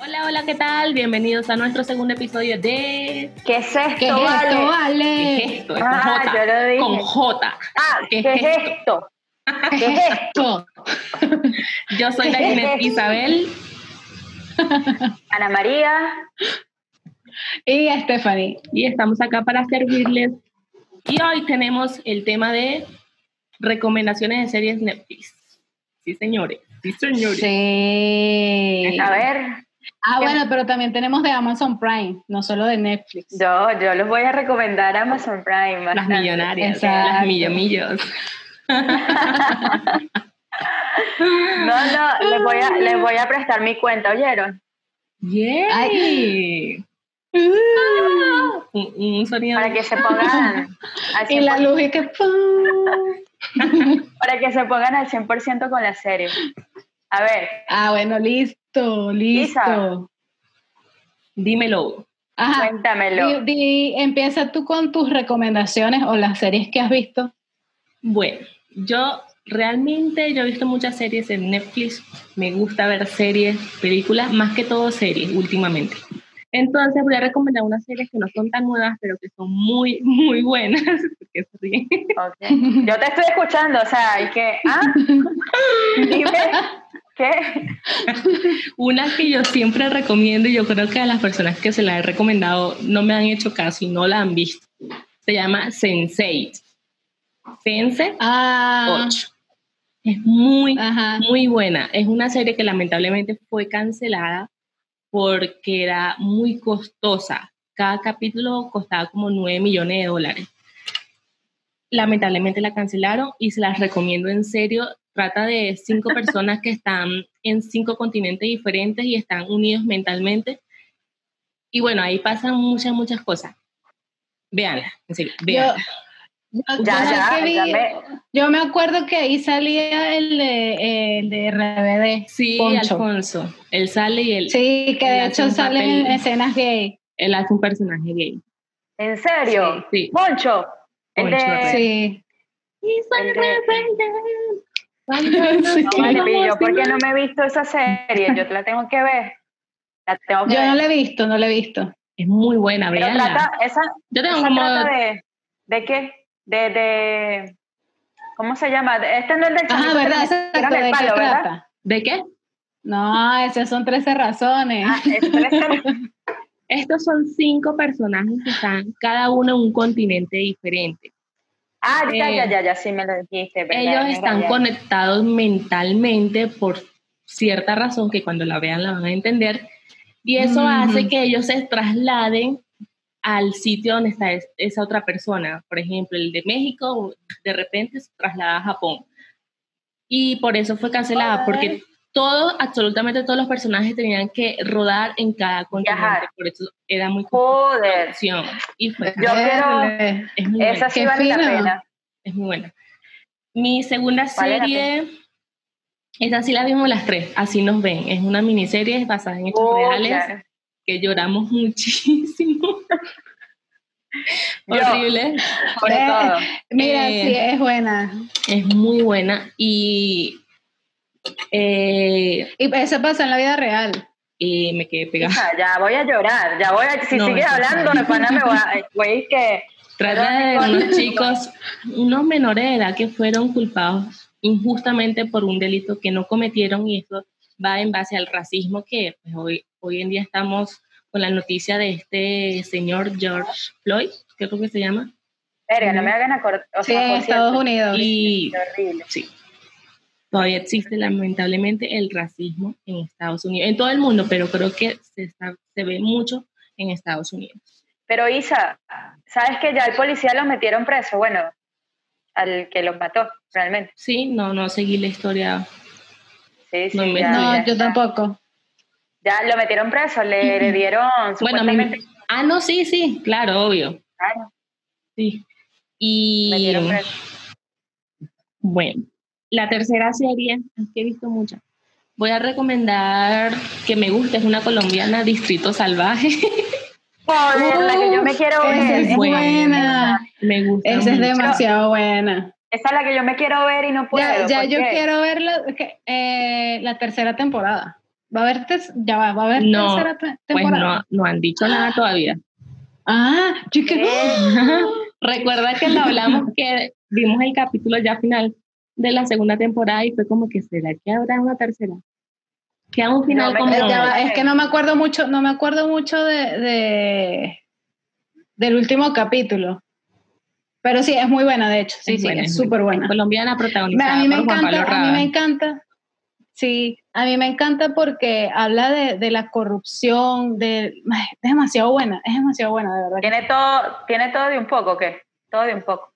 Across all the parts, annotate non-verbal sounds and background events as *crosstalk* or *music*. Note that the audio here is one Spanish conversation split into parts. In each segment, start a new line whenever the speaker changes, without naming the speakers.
Hola, hola, ¿qué tal? Bienvenidos a nuestro segundo episodio de...
¿Qué es esto,
¿Qué es esto,
vale?
¿Qué
vale?
es esto? Es con
Ah,
J.
yo lo dije.
Con J.
Ah,
¿Qué
¿qué,
es
es esto? ¿Qué es esto?
Todo.
Yo soy la
*laughs*
Inés Isabel.
Ana María,
*laughs* Y a Stephanie.
y estamos acá para servirles. Y hoy tenemos el tema de recomendaciones de series Netflix. Sí, señores. Sí, señores.
Sí.
a ver,
Ah, bueno, pero también tenemos de Amazon Prime, no solo de Netflix.
yo, yo los voy a recomendar Amazon Prime.
Las
bastante.
millonarias,
Exacto.
las millonillos.
*laughs* No, no, les voy, a, les voy a prestar mi cuenta, ¿oyeron?
¡Yay! Un, un sonido.
Para que se pongan al
*laughs* y
100%,
la luz y que... ¡pum!
para que se pongan al 100% con la serie. A ver,
Ah, bueno, listo, listo.
Dímelo.
Ajá.
cuéntamelo.
Di- di- empieza tú con tus recomendaciones o las series que has visto.
Bueno, yo realmente yo he visto muchas series en Netflix. Me gusta ver series, películas, más que todo series últimamente. Entonces voy a recomendar unas series que no son tan nuevas, pero que son muy, *laughs* muy buenas. Porque se ríen.
Ok. Yo te estoy escuchando, o sea, y que, ah, dime, ¿qué?
Una que yo siempre recomiendo y yo creo que a las personas que se la he recomendado no me han hecho caso y no la han visto. Se llama Sense8. Sense8.
Ah,
Es muy,
ajá.
muy buena. Es una serie que lamentablemente fue cancelada porque era muy costosa. Cada capítulo costaba como 9 millones de dólares. Lamentablemente la cancelaron y se las recomiendo en serio. Trata de cinco personas que están en cinco continentes diferentes y están unidos mentalmente. Y bueno, ahí pasan muchas, muchas cosas. Véanla, en serio, véanla.
Yo,
Ya,
yo
ya,
la que vi-
ya me-
yo me acuerdo que ahí salía el de, el de RBD.
sí,
Poncho.
Alfonso. Él sale y él,
Sí, que
Él
de
hace
hecho
un
salen
papel.
escenas gay.
él hace un personaje gay.
¿En serio?
Sí.
Poncho, el
Poncho,
de...
Sí.
Y soy
El de-
rebelde.
*laughs*
Sí.
No, vale, pillo, porque no me he visto esa serie, yo la tengo que ver. La tengo que
Yo
ver.
no la he visto, no la he visto.
Es muy buena,
Pero
véanla.
trata, esa,
Yo tengo
esa
como
trata de, de qué? De, de, ¿cómo se llama? De- Este no es del
Ajá,
chamito que
¿verdad?
le pegan
Exacto,
el
¿de qué
palo, ¿verdad?
trata?
¿De qué?
No, esas son 13 razones.
Ah, es- pero
*laughs*
es-
Estos son cinco personajes que están cada uno en un continente diferente.
ah, ya,
Eh,
ya, ya, ya, sí me lo dijiste. ¿verdad?
Ellos
Ya,
están
ya.
conectados mentalmente por cierta razón que cuando la vean la van a entender. Y eso
Ujú.
hace que ellos se trasladen al sitio donde está es- esa otra persona. Por ejemplo, el de México de repente se traslada a Japón. Y por eso fue cancelada,
Ok.
porque todos, absolutamente todos los personajes tenían que rodar en cada continente.
Viajar.
Por eso era muy
Joder,
opción. Y fue
Yo quiero-
Verle.
es muy buena,
esa sí
Qué
vale la
fino.
pena.
es muy buena. Mi segunda
Vale la
serie, esa sí la vimos las tres, así nos ven. Es una miniserie basada en hechos
Oh,
reales
Joder.
que lloramos muchísimo.
Yo.
Horrible.
Por
Eh,
todo.
Mira,
Eh,
sí, es buena.
Es muy buena y eh,
Y eso pasó en la vida real.
y me quedé pegada.
Hija, Ya voy a llorar, ya voy a, si
No,
sigues
eso está
hablando,
bien.
la pana me va a, eh, güey, que
Trata de unos chicos, unos menores de edad que fueron culpados injustamente por un delito que no cometieron y eso va en base al racismo que pues, hoy, hoy en día estamos con la noticia de este señor George Floyd, creo que se llama.
verga, no me hagan acordar, o
Sí,
sea,
en
por cierto,
Estados Unidos.
Y
qué horrible.
sí, todavía existe lamentablemente el racismo en Estados Unidos, en todo el mundo, pero creo que se, está- se ve mucho en Estados Unidos.
Pero Isa, ¿sabes que ya el policía lo metieron preso? Bueno, al que los mató, realmente.
Sí, no, no seguí la historia.
Sí, sí,
No me-
ya,
no,
ya
yo
está.
tampoco.
Ya lo metieron preso, le, le dieron
Bueno, a mí-
supuestamente
ah, no, sí, sí, claro, obvio.
años,
Sí. Y
metieron preso.
bueno, la tercera serie es que he visto muchas. Voy a recomendar que me guste, es una colombiana, Distrito Salvaje.
Joder, la que yo me quiero
Esa
*laughs*
ver.
Pues, es
Esa
buena.
buena.
me gusta.
Esa es
mucho.
demasiado buena.
es la que yo me quiero ver y no puedo.
Ya, ya
¿por
yo
qué?
quiero ver la, que- eh, la tercera temporada. Va a haber, tes- ya va, va a haber
No,
tercera te-
Pues
temporada.
no, no han dicho nada todavía.
Ah, yo que
¿Eh?
Recuerda que lo hablamos que vimos el capítulo ya final de la segunda temporada y fue como que será que habrá una tercera. Que haga un final
No,
como
Eh, ya va,
Ok.
es que no me acuerdo mucho, no me acuerdo mucho de, de- del último capítulo. Pero sí, es muy buena, de hecho. Sí,
Es
sí,
buena,
es
es buena.
súper buena.
colombiana protagonizada
A mí me
por Juan
encanta,
Pablo
a mí me
Rada.
encanta. Sí, a mí me encanta porque habla de, de la corrupción, de, ay, es demasiado buena, es demasiado buena, de verdad.
¿Tiene todo, ¿Tiene todo de un poco o qué? Todo de un poco.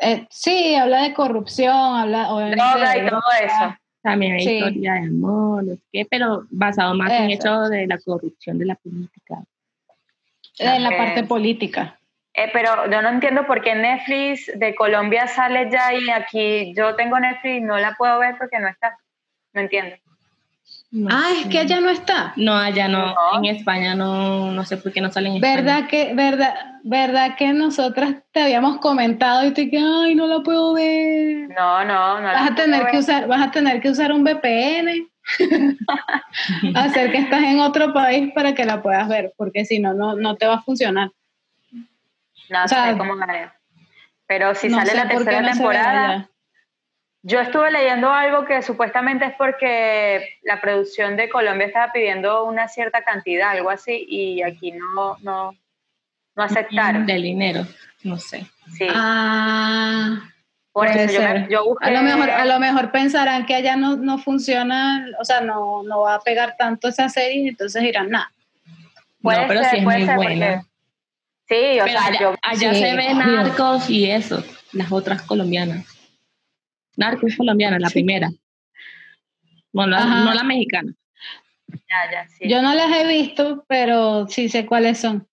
Eh, sí, habla de corrupción, habla obviamente
Droga
de
y todo
droga.
eso.
También hay
Sí.
historia de amor, no sé qué, pero basado más en
Eso.
hechos de la corrupción de la política.
de la
Ok.
parte política.
Eh, pero yo no entiendo por qué Netflix de Colombia sale ya y aquí yo tengo Netflix y no la puedo ver porque no está. No entiendo.
No
Ah, es
sé.
que allá no está.
No, allá no,
No.
en España no, no sé por qué no salen en España.
¿Verdad que, verdad, verdad que nosotras te habíamos comentado y te que ay, no la puedo ver?
No, no, no. la
Vas a
puedo
tener
ver.
que usar, vas a tener que usar
*laughs*
un VPN, *laughs* hacer que estás en otro país para que la puedas ver, porque si no, no, no te va a funcionar.
No
o sea,
sé cómo haré. Pero si
No
sale
sé
la
por qué
tercera
no se ve
temporada,
allá.
yo estuve leyendo algo que supuestamente es porque la producción de Colombia estaba pidiendo una cierta cantidad, algo así, y aquí no, no, no aceptaron.
Mm,
Del dinero, no sé.
Sí,
Ah,
por
puede
eso yo, me-
ser.
yo busqué.
a lo mejor, a
eh.
lo mejor pensarán que allá no, no funciona, o sea, no, no va a pegar tanto esa serie, entonces dirán, nada.
puede
no, pero
ser,
sí es
puede
muy
ser, porque-
buena.
Sí, o
Pero
sea,
allá,
yo
allá
Sí,
se ven
obvio.
narcos y eso, las otras colombianas. Narcos colombiana, la
Sí.
primera. No la,
Ajá.
no la mexicana.
ya, ya, sí.
Yo no las he visto, pero sí sé cuáles son.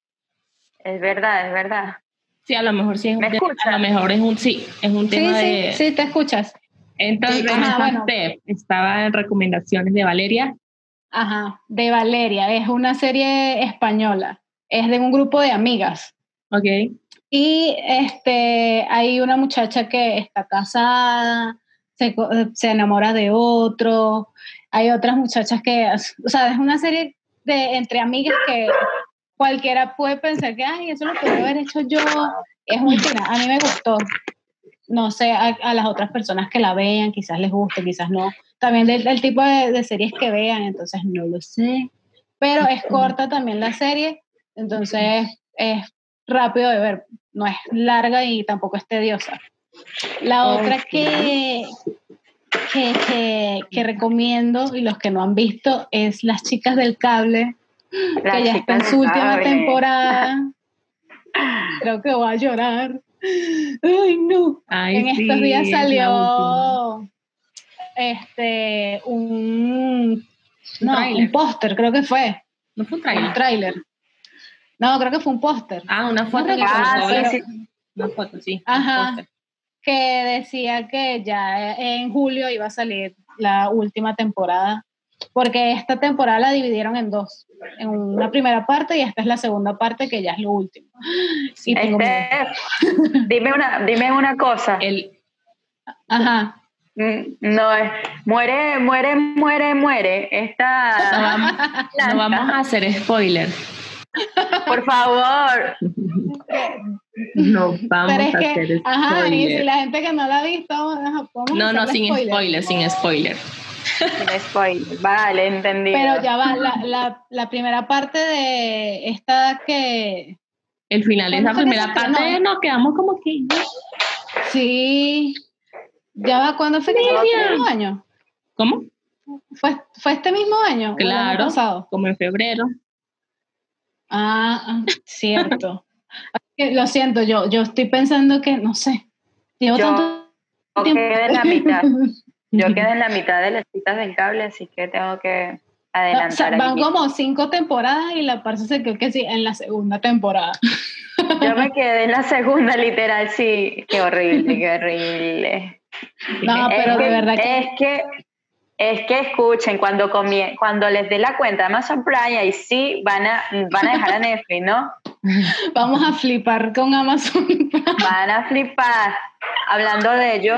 Es verdad, es verdad.
Sí, a lo mejor sí es
¿Me
un tema,
escuchas?
a lo mejor es un sí, es un
Sí,
tema
sí,
de
sí, te escuchas.
entonces
Ajá,
esa
bueno.
step estaba en recomendaciones de Valeria.
Ajá, de Valeria, es una serie española, es de un grupo de amigas.
Ok.
Y este, hay una muchacha que está casada, se, co- se enamora de otro, hay otras muchachas que, o sea, es una serie de entre amigas que cualquiera puede pensar que, ay, eso lo puedo haber hecho yo, es muy fina, a mí me gustó. No sé, a, a las otras personas que la vean, quizás les guste, quizás no. También del, del tipo de, de series que vean, entonces no lo sé. Pero es corta también la serie, entonces es rápido de ver, no es larga y tampoco es tediosa. La
Ok.
otra que, que, que, que recomiendo y los que no han visto es Las chicas del cable,
Las
que ya está en
chicas
su última
*laughs*
saben.
temporada. Creo que voy a llorar. Ay, no
Ay,
en estos
sí,
días
es la última.
salió este un,
Un
no,
tráiler.
un póster, creo que fue,
No fue un
un
trailer.
tráiler. No, creo que fue un póster
Ah, una foto
creo
que
que
Ah,
colocó
sí,
la-
sí.
Una foto, sí. un
Ajá.
póster.
que decía que ya en julio iba a salir la última temporada, porque esta temporada la dividieron en dos, en una primera parte y esta es la segunda parte que ya es lo último. *gasps*
Este
Y tengo miedo. Eh.
Esther, dime una, dime una cosa.
El,
Ajá.
Mm, No es muere, muere, muere, muere.
no,
Esta
*laughs*
vamos, no vamos a hacer spoiler.
por favor.
No vamos
*laughs* Pero es
a hacer
que,
spoiler.
ajá, y si la gente que no la ha visto, ajá, podemos
No, no,
hacerle
sin spoiler, sin spoiler.
Sin spoiler. Vale, entendido.
Pero ya va, la, la, la primera parte de esta que
El final de esa
¿Cuándo fue que
primera
se estrenó?
parte nos quedamos como que.
sí, ya va, ¿cuándo fue que fue este
Miriam.
mismo año?
¿Cómo?
¿Fue, fue este mismo año? o el año
Claro.
pasado?
Como en febrero.
Ah, ah, cierto. Que Lo siento, yo, yo estoy pensando que, no sé, llevo
Yo
tanto
Yo
tiempo.
quedé en la mitad. Yo quedé en la mitad de las citas del cable, así que tengo que
No, *laughs* o sea,
adelantar.
van
aquí.
como cinco temporadas y la parte se quedó que sí, en la segunda temporada.
Yo me quedé en la segunda, literal, sí. Qué horrible, qué horrible.
No, pero de verdad que
es que es que escuchen cuando comie- cuando les dé la cuenta Amazon Prime ahí sí van a van a dejar a Netflix no
vamos a flipar con Amazon.
van a flipar hablando de ello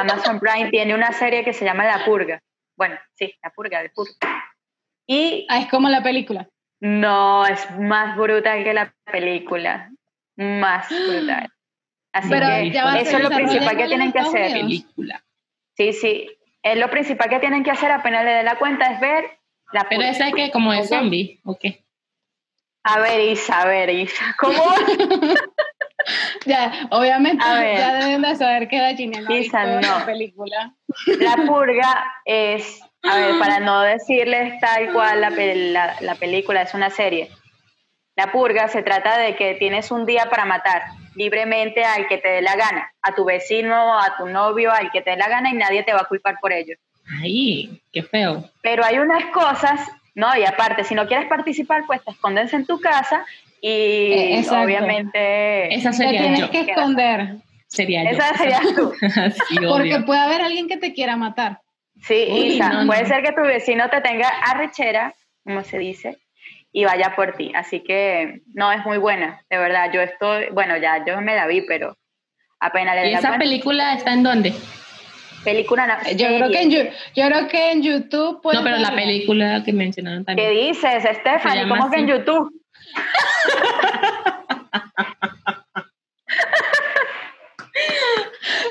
Amazon Prime tiene una serie que se llama La Purga Bueno, sí, la purga, de purga. Y
Ah, es como la película.
no, es más brutal que la película. Más brutal. Así
Pero
que
ya va,
eso es lo
se
principal que
desarrolla
tienen que
igual en
hacer.
Estados Unidos.
película.
Sí, sí. Es lo principal que tienen que hacer apenas le dé la cuenta es ver la
Pero
purga.
esa es que como de
Ok.
zombie, ¿o qué?
A ver, Isa, a ver, Isa. *laughs* ¿Cómo?
Ya, obviamente,
A ver.
ya deben de saber que la Gina no ha
Lisa,
visto
no.
la película.
La purga es, a ver, para no decirles tal cual la, pe- la- la película, es una serie. La purga se trata de que tienes un día para matar libremente al que te dé la gana, a tu vecino, a tu novio, al que te dé la gana y nadie te va a culpar por ello.
Ay, qué feo.
Pero hay unas cosas, no, y aparte, si no quieres participar, pues te escondes en tu casa y
Eh, exacto.
obviamente
Esa
Te
sería
tienes
yo.
que esconder,
Sería yo.
esa serías tú.
*laughs* sí,
porque
obvio.
puede haber alguien que te quiera matar.
Sí,
Uy,
Isa,
no, no.
puede ser que tu vecino te tenga arrechera, como se dice, y vaya por ti. Así que no es muy buena, de verdad. Yo estoy, bueno, ya yo me la vi, pero apenas le
¿Y
di la
esa
cuenta.
película está en dónde?
película. no,
Yo creo que en,
serie.
Yu- yo creo que en
pues,
YouTube puedes
No, pero la
verla.
película que mencionaron
¿Qué
también.
dices, Stephanie?
llama
¿Cómo que en
así.
YouTube?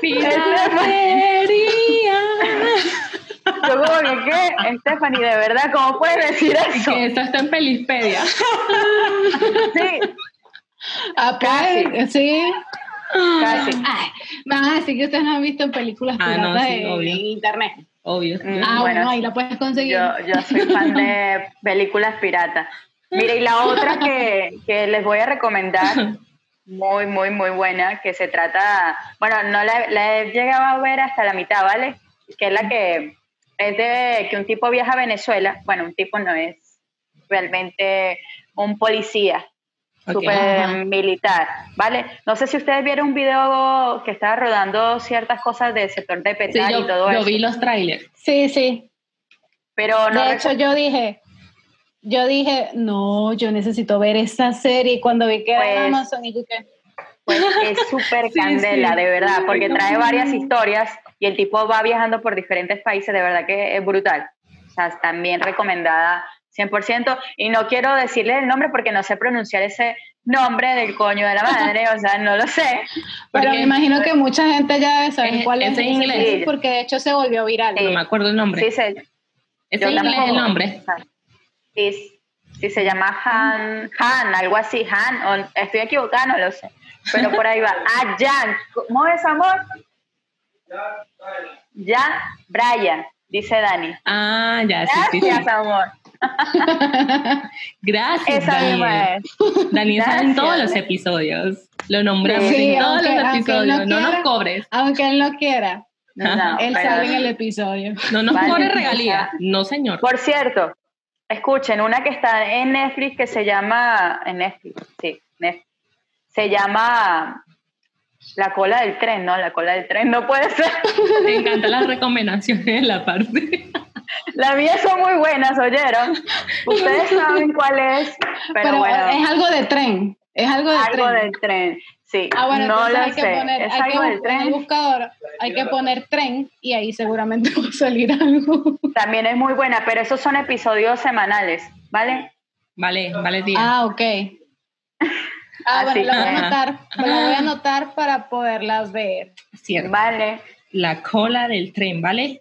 pues, Piratería.
Yo como que, ¿qué? Stephanie, de verdad, ¿cómo puedes
*laughs*
decir eso?
*laughs* que eso está en
*laughs*
Pelispedia. *laughs*
Sí,
Ah, pues, sí.
casi.
Ay, me van a decir que ustedes no han visto películas
Ah, no,
piratas
sí,
en-
obvio.
en internet.
Obvio.
Mm,
Ah,
bueno,
bueno, ahí la puedes conseguir.
Yo, yo soy fan de películas piratas. Mira, y la otra que, que les voy a recomendar, muy, muy, muy buena, que se trata, bueno, no la, la he llegado a ver hasta la mitad, ¿vale? Que es la que es de que un tipo viaja a Venezuela, bueno, un tipo no es realmente un policía,
Ok.
súper
ajá.
militar, ¿vale? No sé si ustedes vieron un video que estaba rodando ciertas cosas del sector de
Sí,
Petal y
yo,
todo
yo
eso,
vi los trailers.
Sí, sí.
pero no
De hecho, yo dije, yo dije, no, yo necesito ver esa serie. Y Cuando vi que era en
Pues,
Amazon, y yo que,
Pues es súper
*laughs* Sí,
candela,
sí.
de verdad,
Ay,
porque
no.
trae varias historias y el tipo va viajando por diferentes países, de verdad que es brutal. O sea, también recomendada 100%. Y no quiero decirle el nombre porque no sé pronunciar ese nombre del coño de la madre, o sea, no lo sé.
pero
Porque-
me imagino que mucha gente ya debe saber
Es-
cuál es.
es en
esa
inglés.
serie, Porque de hecho se volvió viral.
No me acuerdo el nombre.
Sí, se,
¿Es
yo
en inglés el
tampoco.
nombre?
sí, sí, se llama Han, Han, algo así, Han, o- estoy equivocada, no lo sé. Pero por
*laughs*
ahí va. Ah, Jan, ¿cómo es amor? Jan Brian, dice Dani.
Ah, ya, sí, sí. sí.
Gracias, amor.
Gracias,
Esa misma
Daniel.
es.
Daniel está en
Gracias.
todos los episodios. Lo nombramos
Sí,
en todos
aunque-
los
aunque
episodios.
no
No, nos
quiera.
cobres.
Aunque él no quiera,
No,
él
pero-
sale en el episodio.
No nos
Vale.
cobres regalías. No, señor.
Por cierto, escuchen, una que está en Netflix que se llama. En Netflix, sí, Netflix. Se llama. La cola del tren, ¿no? La cola del tren no puede ser. *laughs*
Te encantan las recomendaciones de la parte.
Las mías son muy buenas, ¿oyeron? Ustedes saben cuál es, pero,
Pero,
bueno,
es algo de tren. Es algo de
algo
tren.
del tren. Sí,
Ah, bueno,
no
entonces
lo
hay que
sé.
poner,
es
hay que
algo del
buscar en el
tren.
buscador, hay que poner tren y ahí seguramente *laughs* va a salir algo.
También es muy buena, pero esos son episodios semanales, ¿vale?
Vale, vale, tía.
Ah, ok. Ah,
Así
bueno, la voy
que-
a anotar, me la voy a anotar para poderlas ver.
Cierto.
Vale.
La cola del tren, ¿vale?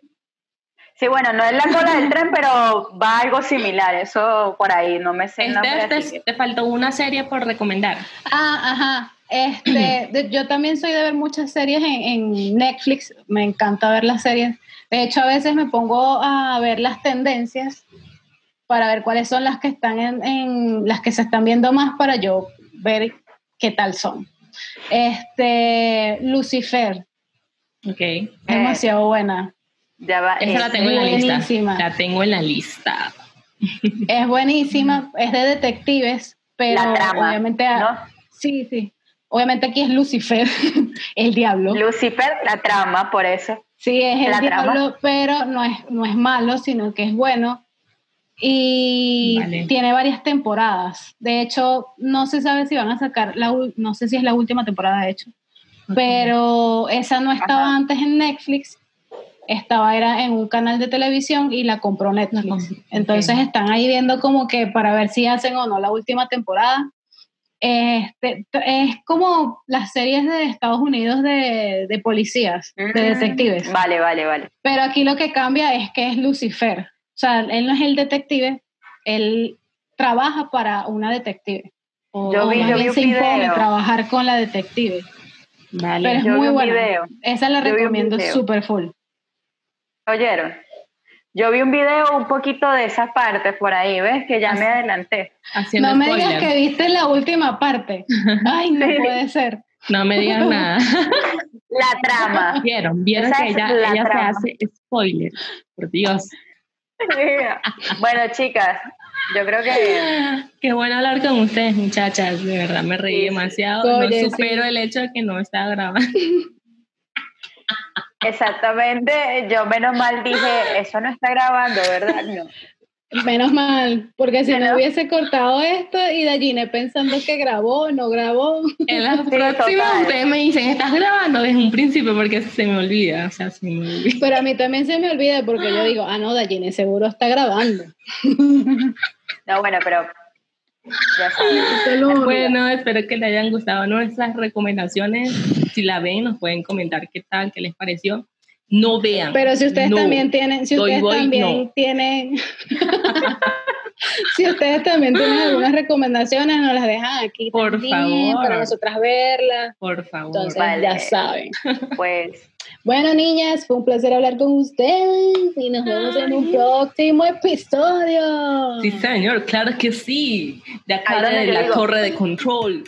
Sí, bueno, no es la cola del tren, pero va algo similar, eso por ahí, no me sé el nombre.
Este,
así
te,
que-
te faltó una serie por recomendar.
Ah, ajá. Este, de- yo también soy de ver muchas series en, en Netflix, me encanta ver las series. De hecho, a veces me pongo a ver las tendencias para ver cuáles son las que están en, en- las que se están viendo más para yo ver qué tal son. Este, Lucifer,
Ok.
demasiado buena.
Ya va. eh,
Esa la
es-
tengo en la lista.
buenísima.
La tengo en la lista.
Es buenísima, es de detectives, pero
La trama,
obviamente ah,
¿no?
sí, sí. Obviamente aquí es Lucifer, *laughs* el diablo.
Lucifer, la trama, por eso.
Sí, es el
La trama.
diablo, pero no es, no es malo, sino que es bueno. Y
Vale.
tiene varias temporadas. De hecho, no se sabe si van a sacar, la, ul- no sé si es la última temporada, de hecho, pero esa no estaba
Ajá.
antes en Netflix. estaba era en un canal de televisión y la compró Netflix.
La
Oh,
compró,
Entonces
ok.
están ahí viendo como que para ver si hacen o no la última temporada. Este, t- es como las series de Estados Unidos de, de policías,
Mm,
de detectives.
Vale, vale, vale.
Pero aquí lo que cambia es que es Lucifer. O sea, él no es el detective, él trabaja para una detective. O,
Yo
o
vi-
más
yo
bien
vi un
se impone
video.
trabajar con la detective.
Vale.
Pero es
Yo vi
muy
un
buena.
video.
Esa la
Yo vi un
recomiendo
video.
super full.
¿Oyeron? Yo vi un video un poquito de esas partes por ahí, ¿ves? Que ya me adelanté.
haciendo
No me digas
spoiler.
que viste la
*laughs*
última parte. Ay, no
Sí.
puede ser.
No me digan nada.
*laughs* La
*laughs*
trama.
Vieron, vieron
Esa
que
es
ella,
la
ella se
trama.
hace spoiler. Por Dios.
bueno, chicas, yo creo que
Qué bueno hablar con ustedes, muchachas. De verdad me reí
Sí, sí.
demasiado.
Oye,
no supero el hecho de que no estaba grabando.
exactamente, yo menos mal dije, eso no está grabando, ¿verdad? No.
Menos mal, porque si no
Bueno.
hubiese cortado esto y Dalline pensando que grabó, no grabó.
En las próximas
total.
ustedes me dicen, ¿estás grabando desde un principio? Porque se me olvida. O sea, se me olvida.
*laughs* Pero a mí también se me olvida porque yo digo, ah, no, Dalline seguro está grabando.
No, bueno, pero ya sabes.
Bueno, espero que les hayan gustado nuestras recomendaciones. Si la ven, nos pueden comentar qué tal, qué les pareció. No vean.
Pero si ustedes
No.
también tienen, si
Doy
ustedes
voy,
también
no.
tienen, *laughs* si ustedes también tienen algunas recomendaciones, nos las dejan aquí.
Por
también
favor.
Para nosotras verlas.
Por favor.
Entonces
Vale.
ya saben.
Pues
Bueno, niñas, fue un placer hablar con ustedes y nos vemos en un próximo episodio.
Sí, señor, claro que sí. De acá
Ahí donde
de
yo
la
digo.
torre de control.